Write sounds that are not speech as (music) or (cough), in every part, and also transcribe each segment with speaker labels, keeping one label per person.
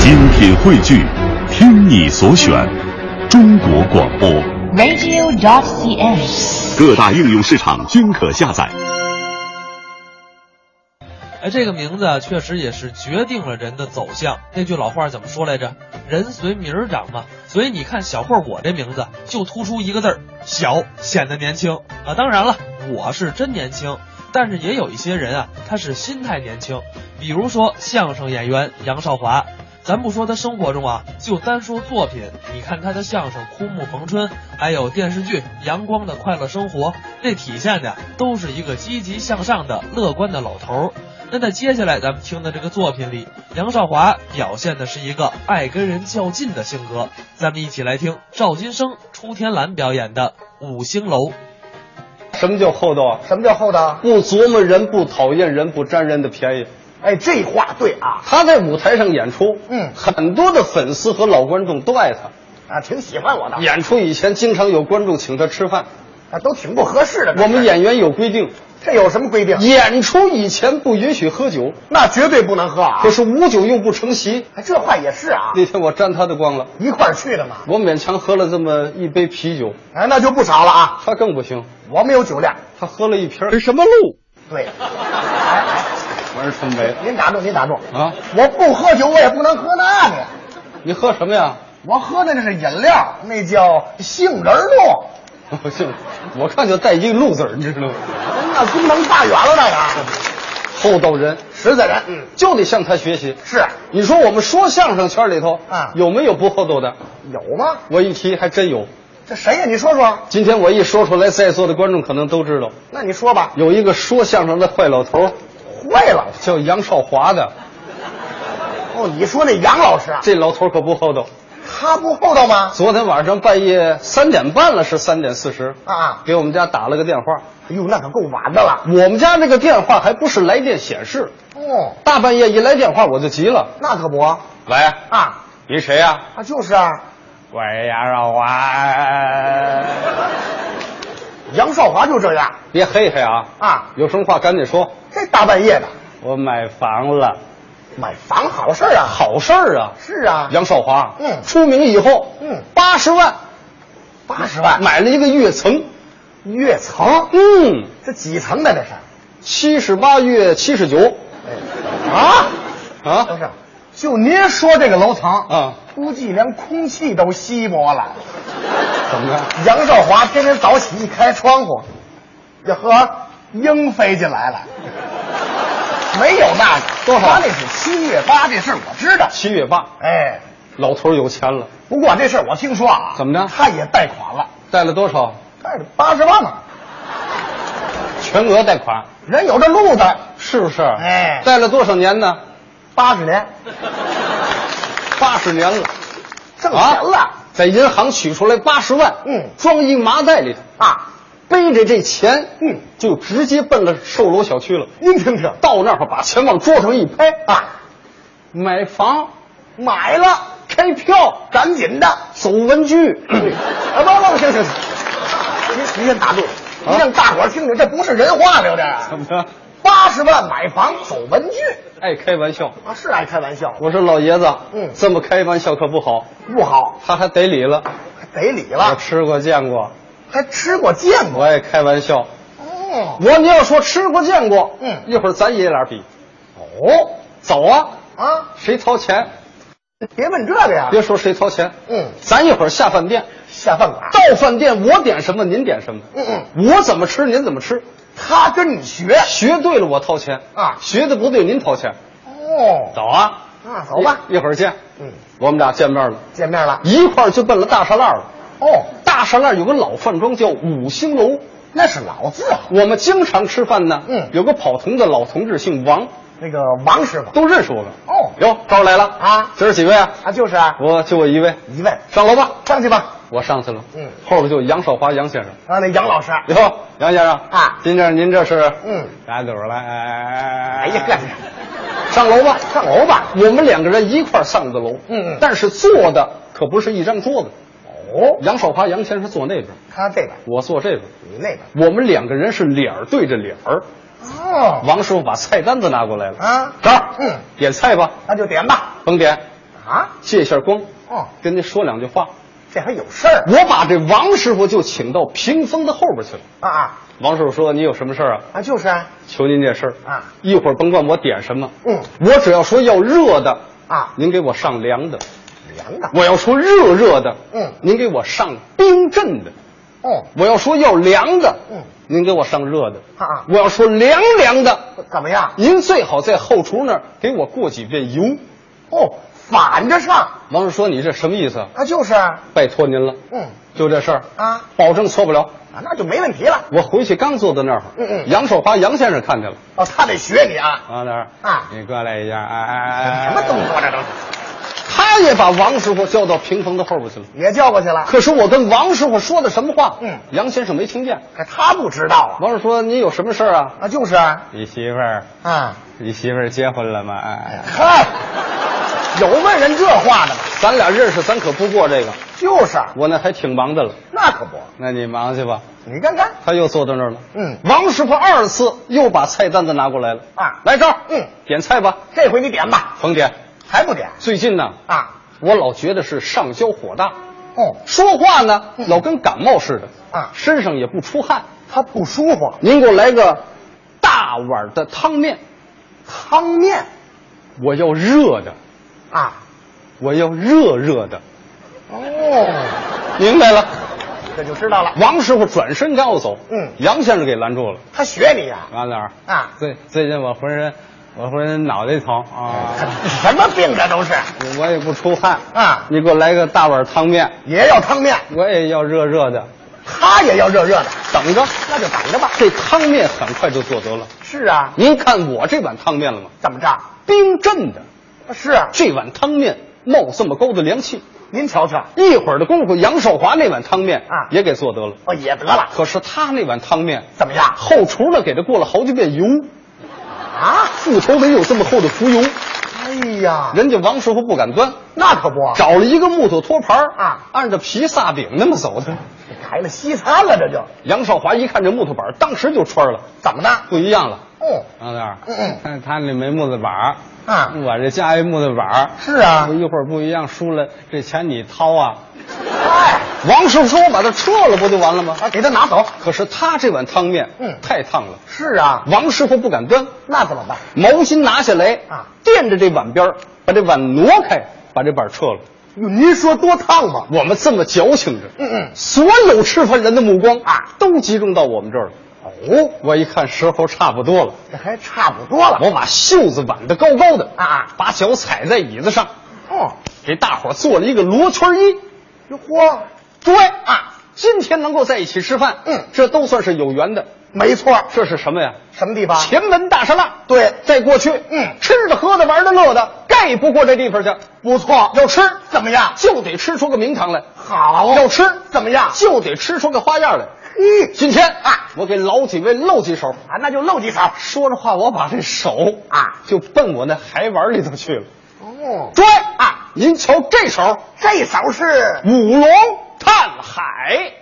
Speaker 1: 精品汇聚，听你所选，中国广播。
Speaker 2: radio.cn。
Speaker 1: 各大应用市场均可下载。
Speaker 3: 哎，这个名字啊，确实也是决定了人的走向。那句老话怎么说来着？人随名儿长嘛。所以你看，小慧儿我这名字啊就突出一个字儿“小”，显得年轻啊。当然了，我是真年轻，但是也有一些人啊，他是心态年轻。比如说相声演员杨少华，咱不说他生活中啊，就单说作品，你看他的相声《枯木逢春》，还有电视剧《阳光的快乐生活》，这体现的都是一个积极向上的、乐观的老头儿。那在接下来咱们听的这个作品里，杨少华表现的是一个爱跟人较劲的性格。咱们一起来听赵今生、初天蓝表演的《五星楼》。
Speaker 4: 什么叫厚道啊？
Speaker 5: 什么叫厚道？
Speaker 4: 不琢磨人，不讨厌人，不占人的便宜。
Speaker 5: 哎，这话对啊，
Speaker 4: 他在舞台上演出，
Speaker 5: 嗯
Speaker 4: 很多的粉丝和老观众都爱他。
Speaker 5: 啊，挺喜欢我的，
Speaker 4: 演出以前，经常有观众请他吃饭。
Speaker 5: 啊，都挺不合适的。
Speaker 4: 我们演员有规定，
Speaker 5: 这有什么规定？
Speaker 4: 演出以前不允许喝酒，
Speaker 5: 那绝对不能喝啊！
Speaker 4: 可是无酒又不成席。
Speaker 5: 哎这话也是啊，
Speaker 4: 那天我沾他的光了，
Speaker 5: 一块儿去的嘛。
Speaker 4: 我勉强喝了这么一杯啤酒，
Speaker 5: 哎，那就不少了啊。
Speaker 4: 他更不行，
Speaker 5: 我没有酒量，
Speaker 4: 他喝了一瓶儿什么路？
Speaker 5: 对。哎，
Speaker 4: 玩意儿真没
Speaker 5: 哎您打住，您打住。
Speaker 4: 啊！
Speaker 5: 我不喝酒，我也不能喝那个呀。
Speaker 4: 你喝什么呀？ (laughs)
Speaker 5: 我喝的那是饮料，那叫杏仁露，
Speaker 4: 不信，我看就带一个“路”字儿，你知道吗？
Speaker 5: 哎那功能大圆了那个，
Speaker 4: 厚道人，
Speaker 5: 实在人。嗯，
Speaker 4: 就得向他学习。
Speaker 5: 是
Speaker 4: 你说我们说相声圈里头
Speaker 5: 啊
Speaker 4: 有没有不厚道的？
Speaker 5: 有吗？
Speaker 4: 我一提还真有。
Speaker 5: 这谁呀？你说说。
Speaker 4: 今天我一说出来，在座的观众可能都知道，
Speaker 5: 那你说吧。
Speaker 4: 有一个说相声的坏老头儿，
Speaker 5: 坏了。
Speaker 4: 叫杨少华的。
Speaker 5: 哦，你说那杨老师啊，
Speaker 4: 这老头儿可不厚道。
Speaker 5: 他不厚道吗？
Speaker 4: 昨天晚上半夜三点半了，是三点四十
Speaker 5: 啊
Speaker 4: 给我们家打了个电话。
Speaker 5: 哎呦，那可够晚的了。
Speaker 4: 我们家这个电话还不是来电显示，
Speaker 5: 哦，
Speaker 4: 大半夜一来电话我就急了。
Speaker 5: 那可不啊
Speaker 4: 喂，你谁呀、
Speaker 5: 啊，就是啊，
Speaker 4: 我是杨少华。
Speaker 5: 杨少华就这样
Speaker 4: 别黑黑啊！
Speaker 5: 啊，
Speaker 4: 有什么话赶紧说。
Speaker 5: 这大半夜的
Speaker 4: 我买房了，
Speaker 5: 买房好事儿啊，
Speaker 4: 好事儿啊！
Speaker 5: 是啊，
Speaker 4: 杨少华，
Speaker 5: 嗯
Speaker 4: 出名以后，
Speaker 5: 嗯
Speaker 4: 八十万
Speaker 5: 八十万
Speaker 4: 买了一个跃层，
Speaker 5: 跃层，
Speaker 4: 嗯，
Speaker 5: 这几层的这是？
Speaker 4: 七十八跃七十九，
Speaker 5: 哎，啊，嗯不
Speaker 4: 啊
Speaker 5: 是，就您说这个楼层
Speaker 4: 啊，
Speaker 5: 估计连空气都稀薄了。
Speaker 4: 怎么着？
Speaker 5: 杨少华天天早起一开窗户，呀呵，鹰飞进来了。没有那个，
Speaker 4: 多少
Speaker 5: 他那是七月八，这事儿我知道。
Speaker 4: 七月八，
Speaker 5: 哎，
Speaker 4: 老头儿有钱了，
Speaker 5: 不过这事儿我听说啊，
Speaker 4: 怎么着
Speaker 5: 他也贷款了，
Speaker 4: 贷了多少？
Speaker 5: 贷了八十万嘛，
Speaker 4: 全额贷款，
Speaker 5: 人有这路子，
Speaker 4: 是不是？
Speaker 5: 哎
Speaker 4: 贷了多少年呢？
Speaker 5: 八十年
Speaker 4: 八十年了，
Speaker 5: 挣钱了
Speaker 4: 啊在银行取出来八十万，
Speaker 5: 嗯
Speaker 4: 装一麻袋里头，
Speaker 5: 啊，
Speaker 4: 背着这钱，
Speaker 5: 嗯，
Speaker 4: 就直接奔了售楼小区了。
Speaker 5: 您听听，
Speaker 4: 到那儿把钱往桌上一拍，
Speaker 5: 啊，
Speaker 4: 买房，
Speaker 5: 买了，
Speaker 4: 开票，
Speaker 5: 赶紧的，
Speaker 4: 走文具。
Speaker 5: 啊，不不不，行行行，您您先打住，您让大伙儿听听，这不是人话吗？有点儿
Speaker 4: 啊怎么着？
Speaker 5: 八十万买房走文具
Speaker 4: 爱开玩笑。
Speaker 5: 啊，是爱开玩笑，
Speaker 4: 我说老爷子，
Speaker 5: 嗯
Speaker 4: 这么开玩笑可不好，
Speaker 5: 不好，
Speaker 4: 他还得理了。
Speaker 5: 还得理
Speaker 4: 我
Speaker 5: 了，
Speaker 4: 吃过见过，
Speaker 5: 还吃过见过。
Speaker 4: 我也开玩笑。
Speaker 5: 哦
Speaker 4: 我你要说吃过见过，
Speaker 5: 嗯
Speaker 4: 一会儿咱爷俩比，
Speaker 5: 哦
Speaker 4: 走啊，
Speaker 5: 啊，
Speaker 4: 谁掏钱？
Speaker 5: 别问这个呀，
Speaker 4: 别说谁掏钱，
Speaker 5: 啊嗯
Speaker 4: 咱一会儿下饭店，
Speaker 5: 下饭馆。
Speaker 4: 到饭店我点什么您点什么，
Speaker 5: 嗯嗯，
Speaker 4: 我怎么吃您怎么吃，
Speaker 5: 他跟你学。
Speaker 4: 学对了我掏钱
Speaker 5: 啊
Speaker 4: 学的不对您掏钱，
Speaker 5: 哦，
Speaker 4: 走啊，
Speaker 5: 那走吧。
Speaker 4: 一一会儿见。
Speaker 5: 嗯，
Speaker 4: 我们俩见面了，
Speaker 5: 见面了。
Speaker 4: 一块儿就奔了大栅栏了。
Speaker 5: 哦，
Speaker 4: 大栅栏有个老饭庄叫五星楼，
Speaker 5: 那是老字号，
Speaker 4: 我们经常吃饭呢。
Speaker 5: 嗯
Speaker 4: 有个跑堂的老同志姓王，
Speaker 5: 那个王师傅。
Speaker 4: 都认识我们。
Speaker 5: 哦
Speaker 4: 哟，招来了
Speaker 5: 啊
Speaker 4: 今儿几位啊？
Speaker 5: 啊，就是啊，
Speaker 4: 我就我一位，
Speaker 5: 一位
Speaker 4: 上楼吧。
Speaker 5: 上去吧。
Speaker 4: 我上去了。
Speaker 5: 嗯
Speaker 4: 后边就杨少华杨先生。
Speaker 5: 啊，那杨老师，
Speaker 4: 哟，杨先生
Speaker 5: 啊
Speaker 4: 今天您这是
Speaker 5: 嗯
Speaker 4: 打盹儿了？哎
Speaker 5: 哎呀，呵，
Speaker 4: 上楼吧，
Speaker 5: 嗯上楼吧
Speaker 4: 我们两个人一块儿上的楼。
Speaker 5: 嗯嗯
Speaker 4: 但是坐的可不是一张桌子。
Speaker 5: 哦，
Speaker 4: 杨少华杨先生坐那边，
Speaker 5: 他这边，
Speaker 4: 我坐这边。
Speaker 5: 你那边。
Speaker 4: 我们两个人是脸儿对着脸儿。
Speaker 5: 哦，
Speaker 4: 王师傅把菜单子拿过来了
Speaker 5: 啊
Speaker 4: 这儿，
Speaker 5: 嗯，
Speaker 4: 点菜吧，
Speaker 5: 那就点吧。
Speaker 4: 甭点，
Speaker 5: 啊，
Speaker 4: 借一下光，
Speaker 5: 哦
Speaker 4: 跟您说两句话。
Speaker 5: 这还有事儿
Speaker 4: 我把这王师傅就请到屏风的后边去了。
Speaker 5: 啊啊
Speaker 4: 王师傅说：“你有什么事儿啊？
Speaker 5: 啊！就是啊，
Speaker 4: 求您这事儿
Speaker 5: 啊，
Speaker 4: 一会儿甭管我点什么，
Speaker 5: 嗯
Speaker 4: 我只要说要热的
Speaker 5: 啊
Speaker 4: 您给我上凉的；
Speaker 5: 凉的，
Speaker 4: 我要说热热的，
Speaker 5: 嗯
Speaker 4: 您给我上冰镇的；
Speaker 5: 哦，
Speaker 4: 我要说要凉的，
Speaker 5: 嗯
Speaker 4: 您给我上热的；
Speaker 5: 啊
Speaker 4: 我要说凉凉的，
Speaker 5: 怎么样？
Speaker 4: 您最好在后厨那儿给我过几遍油。
Speaker 5: 哦，反着上
Speaker 4: 王师傅说：“你这什么意思啊？
Speaker 5: 啊，就是啊，
Speaker 4: 拜托您了，
Speaker 5: 嗯
Speaker 4: 就这事儿
Speaker 5: 啊，
Speaker 4: 保证错不了。
Speaker 5: 啊，那就没问题了。
Speaker 4: 我回去刚坐到那儿，
Speaker 5: 嗯嗯
Speaker 4: 杨寿华杨先生看见了，
Speaker 5: 哦，他得学你啊，
Speaker 4: 啊那儿
Speaker 5: 啊
Speaker 4: 你过来一下，哎哎哎哎，
Speaker 5: 什么动作这都是，
Speaker 4: 他也把王师傅叫到屏风的后边去了。
Speaker 5: 也叫过去了。
Speaker 4: 可是我跟王师傅说的什么话？
Speaker 5: 嗯
Speaker 4: 杨先生没听见。
Speaker 5: 可他不知道啊，
Speaker 4: 王师傅说：“你有什么事儿啊？
Speaker 5: 啊，就是啊，
Speaker 4: 你媳妇儿，
Speaker 5: 啊，
Speaker 4: 你媳妇儿结婚了吗？哎，
Speaker 5: 嗨，有问人这话的吗？
Speaker 4: 咱俩认识，咱可不过这个。
Speaker 5: 就是啊，
Speaker 4: 我那还挺忙的了，
Speaker 5: 那可不，
Speaker 4: 那你忙去吧。”
Speaker 5: 你看看，
Speaker 4: 他又坐到那儿了。
Speaker 5: 嗯
Speaker 4: 王师傅二次又把菜单子拿过来了。
Speaker 5: 啊
Speaker 4: 来这儿，
Speaker 5: 嗯，
Speaker 4: 点菜吧。
Speaker 5: 这回你点吧，
Speaker 4: 冯姐，
Speaker 5: 还不点
Speaker 4: 最近呢，
Speaker 5: 啊？
Speaker 4: 我老觉得是上焦火大，
Speaker 5: 哦，
Speaker 4: 说话呢
Speaker 5: 嗯
Speaker 4: 老跟感冒似的
Speaker 5: 啊
Speaker 4: 身上也不出汗。
Speaker 5: 他不舒服，
Speaker 4: 您给我来个大碗的汤面，
Speaker 5: 汤面
Speaker 4: 我要热的，
Speaker 5: 啊，
Speaker 4: 我要热热的，
Speaker 5: 哦，
Speaker 4: 明白了。
Speaker 5: 这就知道了。
Speaker 4: 王师傅转身刚要走，
Speaker 5: 嗯
Speaker 4: 杨先生给拦住了。
Speaker 5: 他学你呀、
Speaker 4: 王老师
Speaker 5: 啊
Speaker 4: 最最近我浑身我浑身脑袋疼
Speaker 5: (laughs)
Speaker 4: 啊，
Speaker 5: 什么病这都是
Speaker 4: 我也不出汗
Speaker 5: 啊嗯
Speaker 4: 你给我来个大碗汤面，
Speaker 5: 也要汤面，
Speaker 4: 我也要热热的，
Speaker 5: 他也要热热的。
Speaker 4: 等着，
Speaker 5: 那就等着吧
Speaker 4: 这汤面很快就做得了。
Speaker 5: 是啊，
Speaker 4: 您看我这碗汤面了吗？
Speaker 5: 怎么着？
Speaker 4: 冰镇的，
Speaker 5: 是啊，
Speaker 4: 这碗汤面冒这么高的凉气，
Speaker 5: 您瞧瞧，
Speaker 4: 一会儿的功夫，杨少华那碗汤面
Speaker 5: 啊
Speaker 4: 也给做得了。啊
Speaker 5: 哦，也得了，
Speaker 4: 可是他那碗汤面，
Speaker 5: 怎么样
Speaker 4: 后厨呢给他过了好几遍油，
Speaker 5: 啊？
Speaker 4: 斧头里有这么厚的浮油，
Speaker 5: 哎呀，
Speaker 4: 人家王师傅不敢端，
Speaker 5: 那可不，
Speaker 4: 找了一个木头托盘儿
Speaker 5: 啊
Speaker 4: 按着皮萨饼那么走的。
Speaker 5: 开了西餐了，这就
Speaker 4: 杨少华一看这木头板儿，当时就穿了，
Speaker 5: 怎么的？
Speaker 4: 不一样了。
Speaker 5: 哦，
Speaker 4: 杨
Speaker 5: 嗯
Speaker 4: 嗯，他那没木头板儿
Speaker 5: 啊
Speaker 4: 我这加一木头板儿
Speaker 5: 是啊
Speaker 4: 我一会儿不一样，输了这钱你掏啊。
Speaker 5: 哎，
Speaker 4: 王师傅说：“我把它撤了，不就完了吗
Speaker 5: 啊，给他拿走。？”
Speaker 4: 可是他这碗汤面，
Speaker 5: 嗯
Speaker 4: 太烫了。
Speaker 5: 是啊，
Speaker 4: 王师傅不敢端，
Speaker 5: 那怎么办？
Speaker 4: 毛巾拿下来
Speaker 5: 啊
Speaker 4: 垫着这碗边儿把这碗挪开，把这板儿撤了。
Speaker 5: 哟，您说多烫吗？
Speaker 4: 我们这么矫情着，
Speaker 5: 嗯嗯，
Speaker 4: 所有吃饭人的目光啊，都集中到我们这儿了。哦，我一看时候差不多了，
Speaker 5: 这还差不多了。
Speaker 4: 我把袖子挽得高高的
Speaker 5: 啊
Speaker 4: 把脚踩在椅子上，
Speaker 5: 哦，
Speaker 4: 给大伙儿做了一个罗圈揖。
Speaker 5: 哟嚯，
Speaker 4: 对啊，今天能够在一起吃饭，
Speaker 5: 嗯
Speaker 4: 这都算是有缘的。
Speaker 5: 没错，
Speaker 4: 这是什么呀？
Speaker 5: 什么地方？
Speaker 4: 前门大栅栏。
Speaker 5: 对
Speaker 4: 在过去，
Speaker 5: 嗯
Speaker 4: 吃的、喝的、玩的、乐的，概不过这地方去。
Speaker 5: 不错，
Speaker 4: 要吃
Speaker 5: 怎么样？
Speaker 4: 就得吃出个名堂来，
Speaker 5: 好，
Speaker 4: 要吃
Speaker 5: 怎么样？
Speaker 4: 就得吃出个花样来。
Speaker 5: 嘿
Speaker 4: 今天
Speaker 5: 啊
Speaker 4: 我给老几位露几手。
Speaker 5: 啊，那就露几手。
Speaker 4: 说着话，我把这手
Speaker 5: 啊
Speaker 4: 就奔我那海碗里头去了。
Speaker 5: 哦，
Speaker 4: 对啊，您瞧这手，
Speaker 5: 这手是
Speaker 4: 舞龙探海。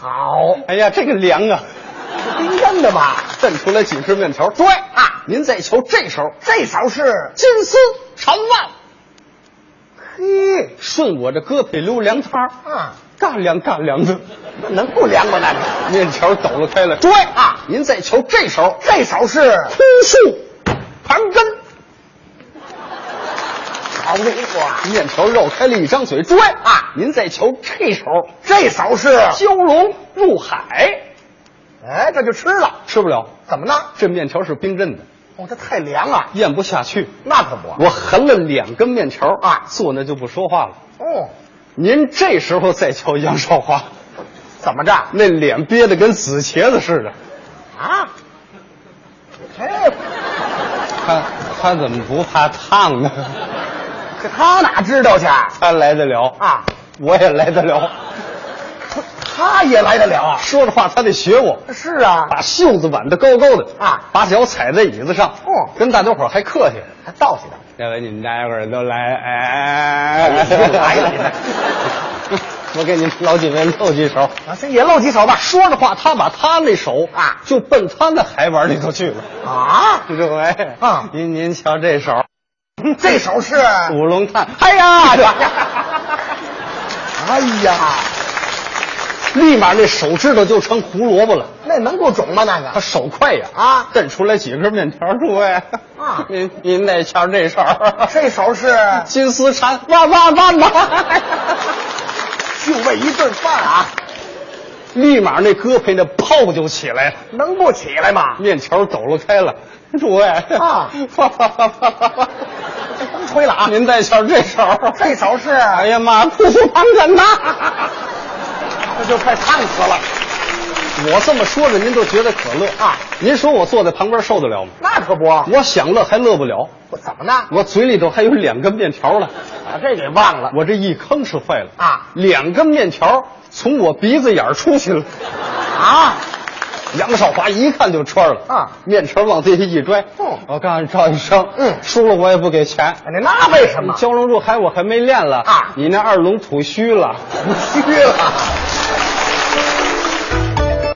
Speaker 5: 好，
Speaker 4: 哎呀，这个凉啊！
Speaker 5: 冰镇的吧？
Speaker 4: 震出来几只面条。对啊，您再瞧这手，
Speaker 5: 这手是
Speaker 4: 金丝缠腕，
Speaker 5: 嘿
Speaker 4: 顺我这胳膊溜凉汤，
Speaker 5: 啊，
Speaker 4: 嘎凉嘎凉的，
Speaker 5: 那能不凉吗？那你
Speaker 4: 面条抖了开了。对啊，您再瞧这手，
Speaker 5: 这手是
Speaker 4: 枯树盘根，
Speaker 5: 好功夫啊，
Speaker 4: 面条绕开了一张嘴。对啊，您再瞧这手，
Speaker 5: 这手是
Speaker 4: 蛟龙入海，
Speaker 5: 哎，这就吃了，
Speaker 4: 吃不了，
Speaker 5: 怎么呢？
Speaker 4: 这面条是冰镇的，
Speaker 5: 哦，这太凉了，
Speaker 4: 咽不下去。
Speaker 5: 那可不。
Speaker 4: 我含了两根面条
Speaker 5: 啊
Speaker 4: 坐那就不说话了。
Speaker 5: 哦，
Speaker 4: 您这时候再瞧杨少华，
Speaker 5: 怎么着
Speaker 4: 那脸憋得跟紫茄子似的，
Speaker 5: 啊？哎，
Speaker 4: 他他怎么不怕烫呢？
Speaker 5: 这他哪知道去啊？
Speaker 4: 他来得了，
Speaker 5: 啊
Speaker 4: 我也来得了。
Speaker 5: 他他也来得了啊？
Speaker 4: 说着话，他得学我，
Speaker 5: 是啊，
Speaker 4: 把袖子挽得高高的
Speaker 5: 啊
Speaker 4: 把脚踩在椅子上，
Speaker 5: 哦
Speaker 4: 跟大家伙儿还客气。
Speaker 5: 还倒起来。
Speaker 4: 这回你们大家伙儿都来，哎，
Speaker 5: 又来了你们
Speaker 4: 我给你们老几位露几手。
Speaker 5: 啊，这也露几手吧。
Speaker 4: 说着话，他把他那手
Speaker 5: 啊
Speaker 4: 就奔他那海碗里头去了。
Speaker 5: 啊，
Speaker 4: 这回
Speaker 5: 啊
Speaker 4: 您您瞧这手。
Speaker 5: 这手势，
Speaker 4: 五龙探，哎呀，
Speaker 5: 哎呀，
Speaker 4: 立马那手指头就成胡萝卜了。
Speaker 5: 那能够肿吗？那
Speaker 4: 他
Speaker 5: 个
Speaker 4: 手快呀，
Speaker 5: 啊
Speaker 4: 震出来几根面条出来
Speaker 5: 啊
Speaker 4: 您您那瞧这手儿，
Speaker 5: 这手势
Speaker 4: 金丝蝉，哇哇哇哇，
Speaker 5: 就为一顿饭啊，
Speaker 4: 立马那胳膊那泡就起来了，
Speaker 5: 能不起来吗？
Speaker 4: 面条抖了开了，诸位
Speaker 5: 啊
Speaker 4: 哇哇哇哇哇，
Speaker 5: 这甭吹了啊，
Speaker 4: 您再瞧这手儿，
Speaker 5: 这手势，
Speaker 4: 哎呀妈，酷酷庞然呐！
Speaker 5: 这就快烫死了。
Speaker 4: 我这么说着，您都觉得可乐啊？您说我坐在旁边受得了吗？
Speaker 5: 那可不，
Speaker 4: 我想乐还乐不了，
Speaker 5: 我怎么呢？
Speaker 4: 我嘴里头还有两根面条呢，
Speaker 5: 把这给忘了。
Speaker 4: 我这一吭哧坏了
Speaker 5: 啊
Speaker 4: 两根面条从我鼻子眼儿出去了。
Speaker 5: 啊，
Speaker 4: 杨少华一看就穿了
Speaker 5: 啊
Speaker 4: 面条往地下一拽，
Speaker 5: 哦
Speaker 4: 我告诉你赵医生，
Speaker 5: 嗯
Speaker 4: 输了我也不给钱。
Speaker 5: 那那为什么？
Speaker 4: 蛟龙入海我还没练了
Speaker 5: 啊
Speaker 4: 你那二龙吐须了，
Speaker 5: 不虚了。